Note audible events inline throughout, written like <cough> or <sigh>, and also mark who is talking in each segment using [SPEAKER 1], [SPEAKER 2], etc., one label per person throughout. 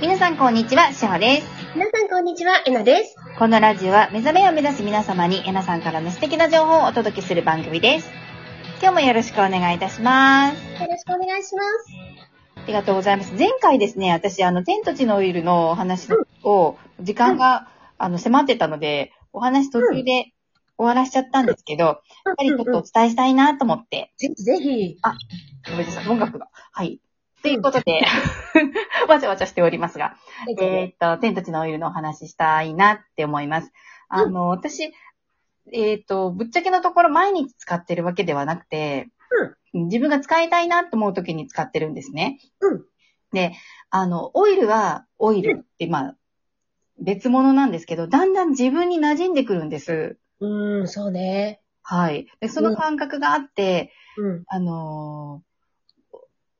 [SPEAKER 1] 皆さんこんにちは、しほです。
[SPEAKER 2] 皆さんこんにちは、えなです。
[SPEAKER 1] このラジオは目覚めを目指す皆様に、えなさんからの素敵な情報をお届けする番組です。今日もよろしくお願いいたします。
[SPEAKER 2] よろしくお願いします。
[SPEAKER 1] ありがとうございます。前回ですね、私、あの、天と地のオイルのお話を、時間が、あの、迫ってたので、お話途中で終わらしちゃったんですけど、やっぱりちょっとお伝えしたいなと思って、
[SPEAKER 2] ぜひぜひ。
[SPEAKER 1] ごめんなさい、音楽が。はい。ということで、わちゃわちゃしておりますが、えーっと、天と地のオイルのお話ししたいなって思います。あの、私、えーっと、ぶっちゃけのところ毎日使ってるわけではなくて、自分が使いたいなと思う時に使ってるんですね。
[SPEAKER 2] うん
[SPEAKER 1] で、あの、オイルはオイルって、まあ、別物なんですけど、だんだん自分に馴染んでくるんです。
[SPEAKER 2] うーん、そうね。
[SPEAKER 1] はい。でその感覚があって、
[SPEAKER 2] うん。
[SPEAKER 1] あのー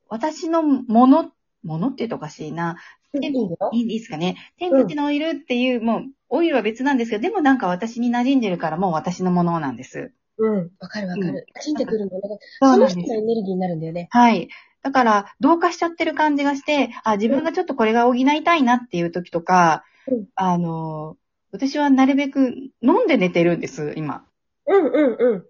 [SPEAKER 1] 私のもの、ものって言うとおかしいな。
[SPEAKER 2] いいよ。
[SPEAKER 1] いいですかね。天と地のオイルっていう、もう、オイルは別なんですけど、でもなんか私に馴染んでるからもう私のものなんです。
[SPEAKER 2] うん。わかるわかる。馴染んでくるものが、
[SPEAKER 1] そ
[SPEAKER 2] そう
[SPEAKER 1] な
[SPEAKER 2] の
[SPEAKER 1] ん
[SPEAKER 2] 人
[SPEAKER 1] で
[SPEAKER 2] の
[SPEAKER 1] す。
[SPEAKER 2] エネルギーになるんだよね。
[SPEAKER 1] はい。だから、同化しちゃってる感じがして、あ、自分がちょっとこれが補いたいなっていう時とか、
[SPEAKER 2] うん
[SPEAKER 1] あの、私はなるべく飲んで寝てるんです、今。
[SPEAKER 2] うんうんうん。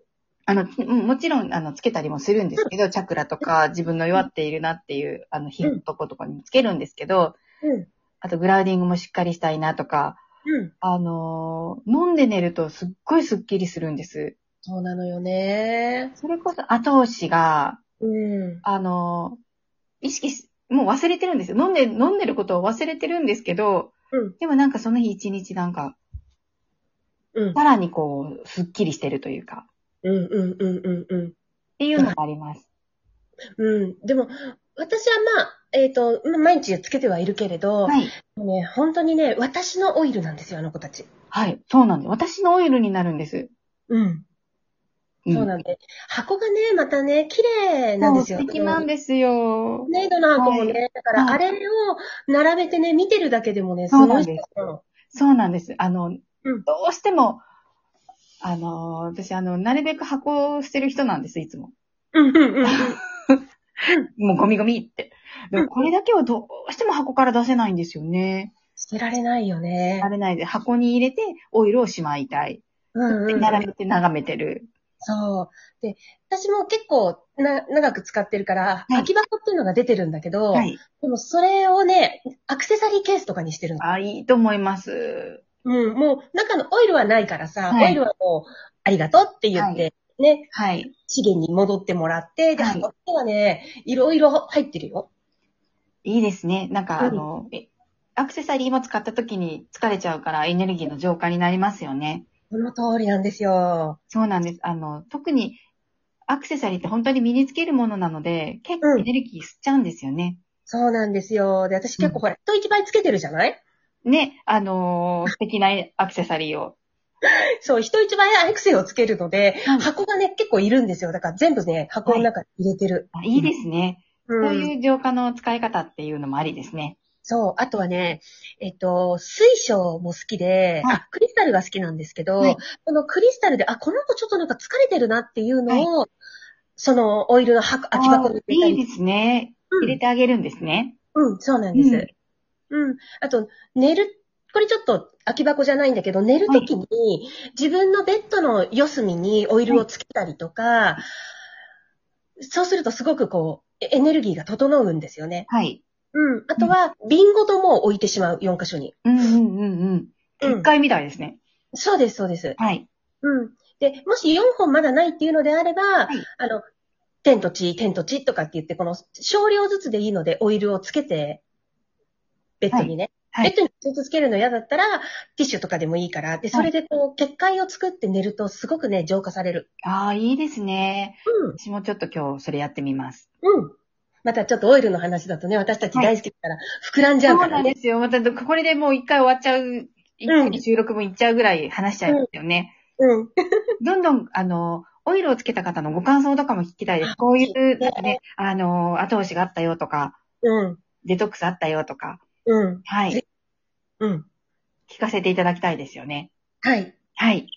[SPEAKER 1] あの、うんもちろん、あの、つけたりもするんですけど、チャクラとか、自分の弱っているなっていう、あの、皮膚のとことかにもつけるんですけど、
[SPEAKER 2] うん。
[SPEAKER 1] あと、グラウディングもしっかりしたいなとか、
[SPEAKER 2] うん。
[SPEAKER 1] あのー飲んで寝るとすっごいスッキリするんです。
[SPEAKER 2] そうなのよね。
[SPEAKER 1] それこそ後押しが、
[SPEAKER 2] うん。
[SPEAKER 1] あのー意識し、もう忘れてるんですよ。飲んで、飲んでることを忘れてるんですけど、
[SPEAKER 2] うん。
[SPEAKER 1] でもなんかその日一日なんか、
[SPEAKER 2] うん。
[SPEAKER 1] さらにこう、スッキリしてるというか、
[SPEAKER 2] うんうんうんうんうん。
[SPEAKER 1] っていうのがあります。
[SPEAKER 2] うん。でも、私はまあ、えっ、と、まあ毎日つけてはいるけれど、
[SPEAKER 1] はい。
[SPEAKER 2] もうね、本当にね、私のオイルなんですよ、あの子たち。
[SPEAKER 1] はい。そうなんです。私のオイルになるんです。
[SPEAKER 2] うん。そうなんんで、箱がね、またね、綺麗なんですよ。
[SPEAKER 1] そう素敵なんですよ。
[SPEAKER 2] レイドの箱もね、だから
[SPEAKER 1] はい
[SPEAKER 2] あれを並べてね、見てるだけでもね、す
[SPEAKER 1] そうな
[SPEAKER 2] ご
[SPEAKER 1] ん
[SPEAKER 2] い
[SPEAKER 1] です
[SPEAKER 2] 好きなの
[SPEAKER 1] そうなんです。あの、
[SPEAKER 2] うん
[SPEAKER 1] どうしても、あのー私、あの、なるべく箱を捨てる人なんです、いつも。
[SPEAKER 2] うんうんうんうん。
[SPEAKER 1] もうゴミゴミって。でもこれだけはどうしても箱から出せないんですよね。
[SPEAKER 2] 捨てられないよね
[SPEAKER 1] 慣。れないで、箱に入れてオイルをしまいたい。
[SPEAKER 2] うんうんうん。
[SPEAKER 1] 並べて眺めてる。
[SPEAKER 2] そう。で、私も結構な長く使ってるから、
[SPEAKER 1] い
[SPEAKER 2] 空き箱っていうのが出てるんだけど、
[SPEAKER 1] はい。
[SPEAKER 2] でもそれをね、アクセサリーケースとかにしてるの。
[SPEAKER 1] あ、いいと思います。
[SPEAKER 2] うん、もう中のオイルはないからさ、
[SPEAKER 1] はい
[SPEAKER 2] オイルはもう、ありがとうって言って、ね、
[SPEAKER 1] はい。
[SPEAKER 2] 資源に戻ってもらって、で、
[SPEAKER 1] はい
[SPEAKER 2] 箱にはね、いろいろ入ってるよ。
[SPEAKER 1] いいですね。なんか、
[SPEAKER 2] うん
[SPEAKER 1] あの、えアクセサリーも使った時に疲れちゃうからエネルギーの浄化になりますよね。
[SPEAKER 2] その通りなんですよ。
[SPEAKER 1] そうなんです。あの、特にアクセサリーって本当に身につけるものなので、結
[SPEAKER 2] う
[SPEAKER 1] 構
[SPEAKER 2] ん
[SPEAKER 1] エネルギー吸っちゃうんですよね。
[SPEAKER 2] そうなんですよ。で、私結構ほら、人一倍つけてるじゃない
[SPEAKER 1] ね、あのー素敵なアクセサリーを。
[SPEAKER 2] そう、人一倍アクセをつけるので、
[SPEAKER 1] はい
[SPEAKER 2] 箱がね、結構いるんですよ。だから全部ね、箱の中に入れてる。
[SPEAKER 1] あいいですね。そう
[SPEAKER 2] うん。
[SPEAKER 1] いう浄化の使い方っていうのもありですね。
[SPEAKER 2] そう、あとはね、えっと、水晶も好きで、
[SPEAKER 1] はい
[SPEAKER 2] あ、クリスタルが好きなんですけど、
[SPEAKER 1] はい
[SPEAKER 2] このクリスタルで、あ、この子ちょっとなんか疲れてるなっていうのを、そのオイルの箱、空き箱に入れた
[SPEAKER 1] い
[SPEAKER 2] り。
[SPEAKER 1] いですね。
[SPEAKER 2] うん
[SPEAKER 1] 入れてあげるんですね。
[SPEAKER 2] うん、そうなんです。うん。あと、寝る、これちょっと空き箱じゃないんだけど、寝るときに、自分のベッドの四隅にオイルをつけたりとか、そうするとすごくこう、エエネルギーが整うんですよね。
[SPEAKER 1] はい。
[SPEAKER 2] うん。あとは、瓶ごともう置いてしまう、4箇所に。
[SPEAKER 1] うんうんうんうん。
[SPEAKER 2] う
[SPEAKER 1] 結
[SPEAKER 2] ん。
[SPEAKER 1] 界みたいですね。
[SPEAKER 2] そうです、そうです。
[SPEAKER 1] はい。
[SPEAKER 2] うん。で、もし4本まだないっていうのであれば、
[SPEAKER 1] い
[SPEAKER 2] あの、天と地、天と地とかって言って、この少量ずつでいいのでオイルをつけて、ベッドにね。
[SPEAKER 1] はい
[SPEAKER 2] ベッドにずっとつけるの嫌だったら、ティッシュとかでもいいから、で、それでこう、結界を作って寝るとすごくね、浄化される。
[SPEAKER 1] ああ、いいですね。私もちょっと今日それやってみます。
[SPEAKER 2] うん。うん。またちょっとオイルの話だとね、私たち大好きだから、膨らんじゃうからね。
[SPEAKER 1] すよ。また、これでもう一回終わっちゃう。一回に収録もいっちゃうぐらい話しちゃいますよね。
[SPEAKER 2] うん。
[SPEAKER 1] どんどん、あの、オイルをつけた方のご感想とかも聞きたいです。こういう、なんかね、あの、後押しがあったよとか、
[SPEAKER 2] うん。
[SPEAKER 1] デトックスあったよとか、
[SPEAKER 2] うん。
[SPEAKER 1] は
[SPEAKER 2] ぜ
[SPEAKER 1] い。
[SPEAKER 2] うん。
[SPEAKER 1] 聞かせていただきたいですよね。
[SPEAKER 2] はい。 <laughs>
[SPEAKER 1] はい。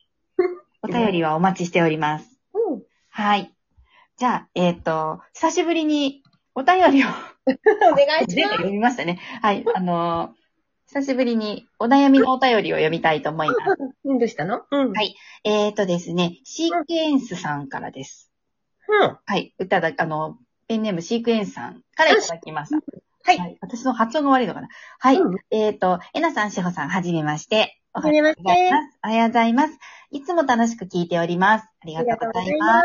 [SPEAKER 1] お便りはお待ちしております。
[SPEAKER 2] うん。 <laughs>
[SPEAKER 1] はい。じゃあ、えっ、と、久しぶりにお便りを
[SPEAKER 2] お願いし
[SPEAKER 1] 全部
[SPEAKER 2] ます。
[SPEAKER 1] 読みましたね。はい。あのー久しぶりにお悩みのお便りを読みたいと思います。
[SPEAKER 2] <laughs> うん、どうしたのうん。
[SPEAKER 1] はいえーとですね、シークエンスさんからです。
[SPEAKER 2] うん。は
[SPEAKER 1] はい。いただ、あの、ペンネームシークエンスさんからいただきました。
[SPEAKER 2] い。
[SPEAKER 1] はい。私の発音が悪いのかな。はい。
[SPEAKER 2] うん
[SPEAKER 1] えーと、えなさん、しほさん、はじめまして。お
[SPEAKER 2] はじめまして
[SPEAKER 1] おはようございます。おはようございます。いつも楽しく聞いております。あり
[SPEAKER 2] あ
[SPEAKER 1] が
[SPEAKER 2] り
[SPEAKER 1] と
[SPEAKER 2] が
[SPEAKER 1] う
[SPEAKER 2] とう
[SPEAKER 1] ござ
[SPEAKER 2] ござ
[SPEAKER 1] い
[SPEAKER 2] い
[SPEAKER 1] ます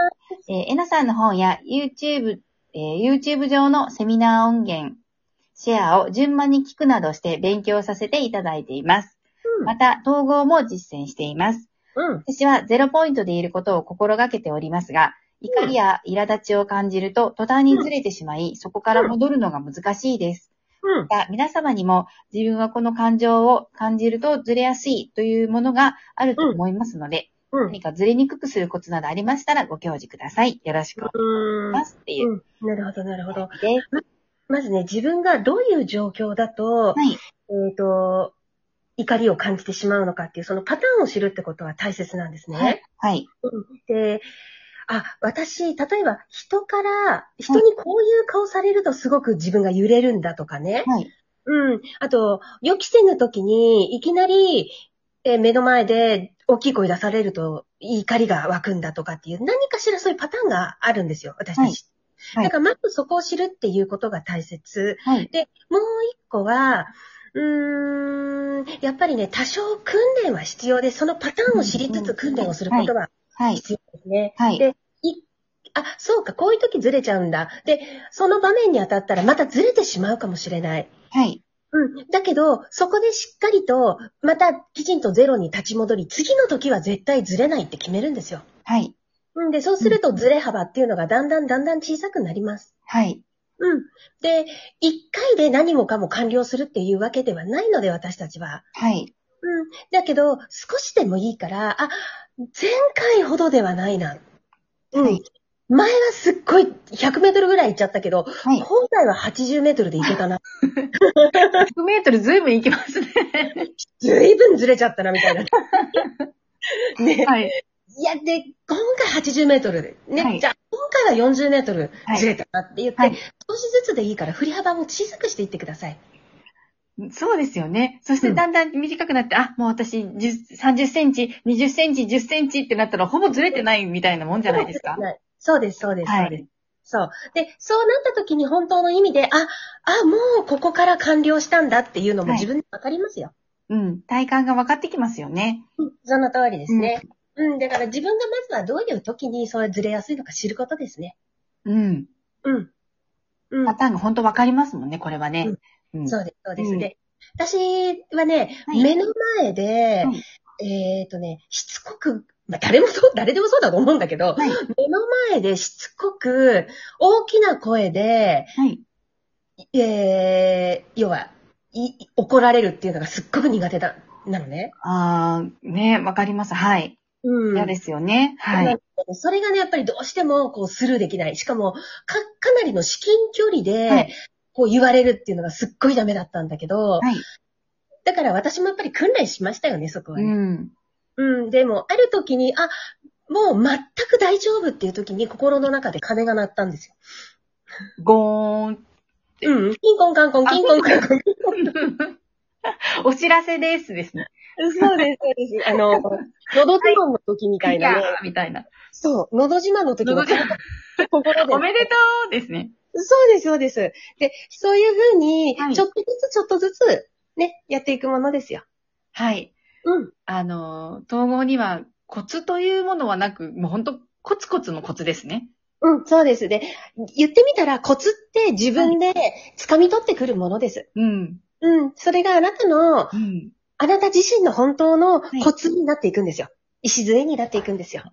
[SPEAKER 2] ま。
[SPEAKER 1] えーエナさんの本や YouTube、えー YouTube 上のセミナー音源、シェアを順番に聞くなどして勉強させていただいています。
[SPEAKER 2] す。うん
[SPEAKER 1] また、統合も実践しています。
[SPEAKER 2] うん。
[SPEAKER 1] 私はゼロポイントでいることを心がけておりますが、怒りや苛立ちを感じると途端にずれてしまい、そこから戻るのが難しいです。
[SPEAKER 2] うん。
[SPEAKER 1] また、皆様にも自分はこの感情を感じるとずれやすいというものがあると思いますので、
[SPEAKER 2] うん。
[SPEAKER 1] 何かずれにくくするコツなどありましたらご教示ください。よろしくお願いします
[SPEAKER 2] うん
[SPEAKER 1] ますっていう。
[SPEAKER 2] うん。なるほど、なるほど。
[SPEAKER 1] で、
[SPEAKER 2] まずね、自分がどういう状況だ
[SPEAKER 1] は
[SPEAKER 2] と、
[SPEAKER 1] い。
[SPEAKER 2] えっと、怒りを感じてしまうのかっていう、そのパターンを知るってことは大切なんですね。
[SPEAKER 1] はい。はい。
[SPEAKER 2] で、あ、私、例えば人から、人にこういう顔されるとすごく自分が揺れるんだとかね。
[SPEAKER 1] はい。
[SPEAKER 2] うん。あと、予期せぬ時に、いきなり、えー目の前で大きい声出されると怒りが湧くんだとかっていう、何かしらそういうパターンがあるんですよ、私たち。
[SPEAKER 1] はいはい
[SPEAKER 2] だからまずそこを知るっていうことが大切。
[SPEAKER 1] はい。
[SPEAKER 2] もう一個は、うーん、やっぱりね、多少訓練は必要で、そのパターンを知りつつ訓練をすることは
[SPEAKER 1] はい。
[SPEAKER 2] 必要ですね。
[SPEAKER 1] はい。
[SPEAKER 2] であ、そうか、こういう時ずれちゃうんだ。で、その場面に当たったらまたずれてしまうかもしれない。
[SPEAKER 1] はい。
[SPEAKER 2] うん。だけど、そこでしっかりと、またきちんとゼロに立ち戻り、次の時は絶対ずれないって決めるんですよ。
[SPEAKER 1] はい。
[SPEAKER 2] うん。で、そうするとずれ幅っていうのがだんだんだんだん小さくなります。
[SPEAKER 1] はい。
[SPEAKER 2] うん。で、一回で何もかも完了するっていうわけではないので、私たちは。
[SPEAKER 1] はい。
[SPEAKER 2] うん。だけど、少しでもいいから、あ、前回ほどではないな。う
[SPEAKER 1] は
[SPEAKER 2] ん
[SPEAKER 1] い。
[SPEAKER 2] 前はすっごい100メートルぐらい行っちゃったけど、
[SPEAKER 1] はい。
[SPEAKER 2] 今回は80メートルで行けたな。
[SPEAKER 1] 100メートルずいぶん行きますね。
[SPEAKER 2] ずいぶんずれちゃったな、みたいな。
[SPEAKER 1] <laughs>
[SPEAKER 2] ね。
[SPEAKER 1] はい。
[SPEAKER 2] いや、で、今回80メートルで。ね。
[SPEAKER 1] はい
[SPEAKER 2] じゃあ、今回は40メートル
[SPEAKER 1] はい
[SPEAKER 2] ずれたなって言って、
[SPEAKER 1] はい
[SPEAKER 2] 少しずつでいいから振り幅も小さくしていってください。
[SPEAKER 1] そうですよね。そしてだんだん短くなって、あ、もう私10 30センチ、20センチ、10センチってなったらほぼずれてないみたいなもんじゃないですか。
[SPEAKER 2] はいそうです、そうです、
[SPEAKER 1] はい
[SPEAKER 2] そうです。そう。で、そうなった時に本当の意味で、あ、あ、もうここから完了したんだっていうのも
[SPEAKER 1] はい
[SPEAKER 2] 自分でわかりますよ。
[SPEAKER 1] うん。体感が分かってきますよね。
[SPEAKER 2] その通りですね。うん、だから自分がまずはどういう時にそういうずれやすいのか知ることですね。
[SPEAKER 1] うん。
[SPEAKER 2] うん。うん
[SPEAKER 1] パ。ターンが本当分かりますもんね、これはね。うん。
[SPEAKER 2] そうです、そうです。
[SPEAKER 1] うん
[SPEAKER 2] で、私はね、
[SPEAKER 1] はい
[SPEAKER 2] 目の前で、
[SPEAKER 1] は
[SPEAKER 2] えっ、とね、しつこく、まあ、誰もそう、誰でもそうだと思うんだけ
[SPEAKER 1] は
[SPEAKER 2] ど、
[SPEAKER 1] い
[SPEAKER 2] 目の前でしつこく、大きな声で、
[SPEAKER 1] はい。
[SPEAKER 2] えー、要は、いい怒られるっていうのがすっごく苦手だ、なのね。
[SPEAKER 1] あー、ね、分かります。はい。
[SPEAKER 2] うん。
[SPEAKER 1] 嫌ですよね。は。
[SPEAKER 2] ないのでそれがね、やっぱりどうしても、こう、スルーできない。しかも、か、かなりの至近距離で、
[SPEAKER 1] はい
[SPEAKER 2] こう言われるっていうのがすっごいダメだったんだけど、
[SPEAKER 1] はい。
[SPEAKER 2] だから私もやっぱり訓練しましたよね、そこは
[SPEAKER 1] う
[SPEAKER 2] ね。
[SPEAKER 1] ん。
[SPEAKER 2] うん、でも、ある時に、あ、もう全く大丈夫っていう時に心の中で鐘が鳴ったんですよ。
[SPEAKER 1] ゴー <laughs> ン
[SPEAKER 2] うん。キンコンカンコン、キンコンカンコン。
[SPEAKER 1] お知らせですですね。
[SPEAKER 2] そうです、そうです。あ <laughs> の、喉自慢の時みたいなね。
[SPEAKER 1] みたいな。
[SPEAKER 2] そう、喉自慢の時の
[SPEAKER 1] 喉自
[SPEAKER 2] 心で。
[SPEAKER 1] おめでとうですね。
[SPEAKER 2] そうです、そうです。で、そういうふうに
[SPEAKER 1] はい、
[SPEAKER 2] ちょっとずつちょっとずつ、ね、やっていくものですよ。
[SPEAKER 1] はい。
[SPEAKER 2] うん。
[SPEAKER 1] あの、統合にはコツというものはなく、もう本当コツコツのコツですね。
[SPEAKER 2] うん、そうです。で、言ってみたらコツって自分で掴み取ってくるものです。
[SPEAKER 1] うん。
[SPEAKER 2] うん。それがあなたの、
[SPEAKER 1] うん。
[SPEAKER 2] あなた自身の本当の
[SPEAKER 1] い
[SPEAKER 2] コツになっていくんですよ。礎になっていくんですよ。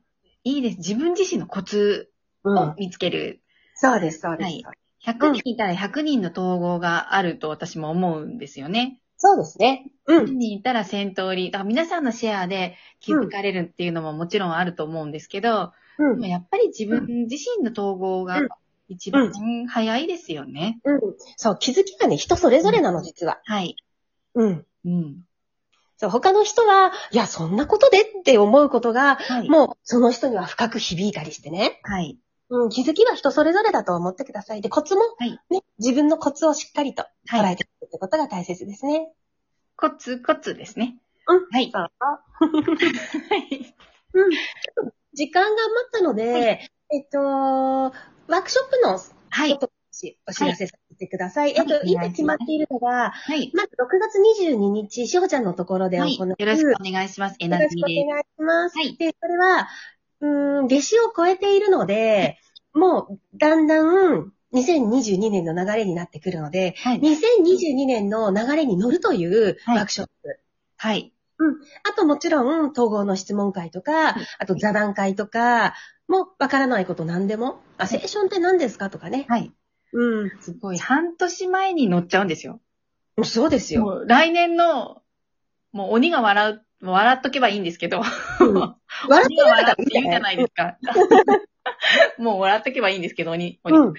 [SPEAKER 1] いいです。自分自身のコツ
[SPEAKER 2] う
[SPEAKER 1] を。見つける。
[SPEAKER 2] そうです、そうです。
[SPEAKER 1] はい100人いたら100人の統合があると私も思うんですよね。
[SPEAKER 2] そうですね。う
[SPEAKER 1] 100
[SPEAKER 2] ん。
[SPEAKER 1] 人いたら1000通り。だから皆さんのシェアで気づかれるっていうのももちろんあると思うんですけど、
[SPEAKER 2] う
[SPEAKER 1] でも
[SPEAKER 2] ん。
[SPEAKER 1] やっぱり自分自身の統合が
[SPEAKER 2] うん
[SPEAKER 1] 一番早いですよね。
[SPEAKER 2] うん。そう、気づきがね、人それぞれなの、実は。
[SPEAKER 1] はい。
[SPEAKER 2] うん。
[SPEAKER 1] うん。
[SPEAKER 2] そう、他の人は、いや、そんなことでって思うことが、
[SPEAKER 1] はい。
[SPEAKER 2] もう、その人には深く響いたりしてね。
[SPEAKER 1] はい。
[SPEAKER 2] うん、気づきは人それぞれだと思ってください。で、コツも、
[SPEAKER 1] はい
[SPEAKER 2] ね、自分のコツをしっかりと捉
[SPEAKER 1] はい。
[SPEAKER 2] えていくってことが大切ですね。
[SPEAKER 1] コツコツですね。
[SPEAKER 2] うん
[SPEAKER 1] はい。
[SPEAKER 2] そう
[SPEAKER 1] はい。
[SPEAKER 2] うん。ちょっと時間が余ったので、えっと、ワークショップの
[SPEAKER 1] は
[SPEAKER 2] ちょっ
[SPEAKER 1] い。
[SPEAKER 2] とお知らせさせてください。
[SPEAKER 1] はい
[SPEAKER 2] えっと、
[SPEAKER 1] はい
[SPEAKER 2] 今決まっているのが、
[SPEAKER 1] はい。
[SPEAKER 2] まず6月22日、しほちゃんのところで行う。
[SPEAKER 1] はい。よろしくお願いします。エナ
[SPEAKER 2] よろ
[SPEAKER 1] ジ
[SPEAKER 2] し
[SPEAKER 1] ー
[SPEAKER 2] くお
[SPEAKER 1] で
[SPEAKER 2] 願いします。
[SPEAKER 1] はい
[SPEAKER 2] で、それは、うーん、夏至を超えているので、もう、だんだん、2022年の流れになってくるので、
[SPEAKER 1] す。はい。
[SPEAKER 2] 2022年の流れに乗るという
[SPEAKER 1] はい
[SPEAKER 2] ワークショップ。
[SPEAKER 1] はい。
[SPEAKER 2] あともちろん、統合の質問会とか
[SPEAKER 1] はい、
[SPEAKER 2] あと座談会とか、もうわからないこと何でも、あ、セッションって何ですかとかね。
[SPEAKER 1] はい。
[SPEAKER 2] う
[SPEAKER 1] すごい。半年前に乗っちゃうんですよ。
[SPEAKER 2] ん。そうですよ。
[SPEAKER 1] もう来年の、もう鬼が笑う、笑っとけばいいんですけど、
[SPEAKER 2] うん笑ってる
[SPEAKER 1] 笑
[SPEAKER 2] か
[SPEAKER 1] って言うじゃないですか。 <laughs> もう笑っとけばいいんですけど、鬼。鬼
[SPEAKER 2] うん
[SPEAKER 1] っ。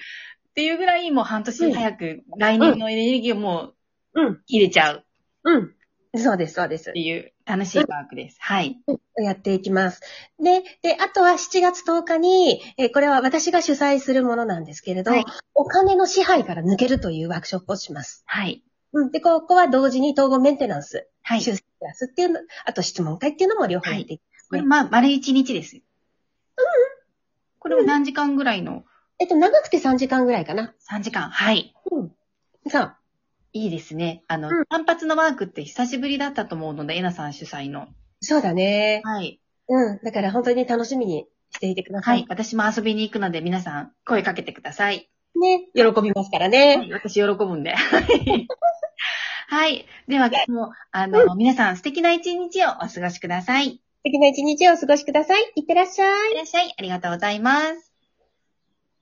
[SPEAKER 1] ていうぐらい、もう半年早く来年のエネルギーをもう
[SPEAKER 2] うん。
[SPEAKER 1] 入れちゃう
[SPEAKER 2] うん。そうです、そうです
[SPEAKER 1] って。いう楽しいワークです。はい。
[SPEAKER 2] やっていきます。で、で、あとは7月10日に、えーこれは私が主催するものなんですけれど、
[SPEAKER 1] はい
[SPEAKER 2] お金の支配から抜けるというワークショップをします。
[SPEAKER 1] はい。
[SPEAKER 2] うん、で、ここは同時に統合メンテナンス、
[SPEAKER 1] はい。
[SPEAKER 2] 修正クラスっていうの、あと質問会っていうのも両方やっていきます
[SPEAKER 1] こ
[SPEAKER 2] ね、
[SPEAKER 1] れ、まあ、丸一日です。これは何時間ぐらいの
[SPEAKER 2] えっと、長くて3時間ぐらいかな。
[SPEAKER 1] ?3 時間。はい。
[SPEAKER 2] うん。さあ、
[SPEAKER 1] いいですね。あの
[SPEAKER 2] うん、
[SPEAKER 1] 単発のワークって久しぶりだったと思うので、えなさん主催の。
[SPEAKER 2] そうだね。
[SPEAKER 1] はい。
[SPEAKER 2] うん。だから本当に楽しみにしていてくださ。
[SPEAKER 1] はいい。私も遊びに行くので、皆さん、声かけてください。
[SPEAKER 2] ね。喜びますから
[SPEAKER 1] は
[SPEAKER 2] ね。
[SPEAKER 1] い、私喜ぶん
[SPEAKER 2] <laughs>
[SPEAKER 1] で。はい。では、今日も、あの、皆さん素敵な一日をお過ごしください。い
[SPEAKER 2] 素敵な一日をお過ごしください。いってらっしゃい。
[SPEAKER 1] らっしゃい。ありがとうございます。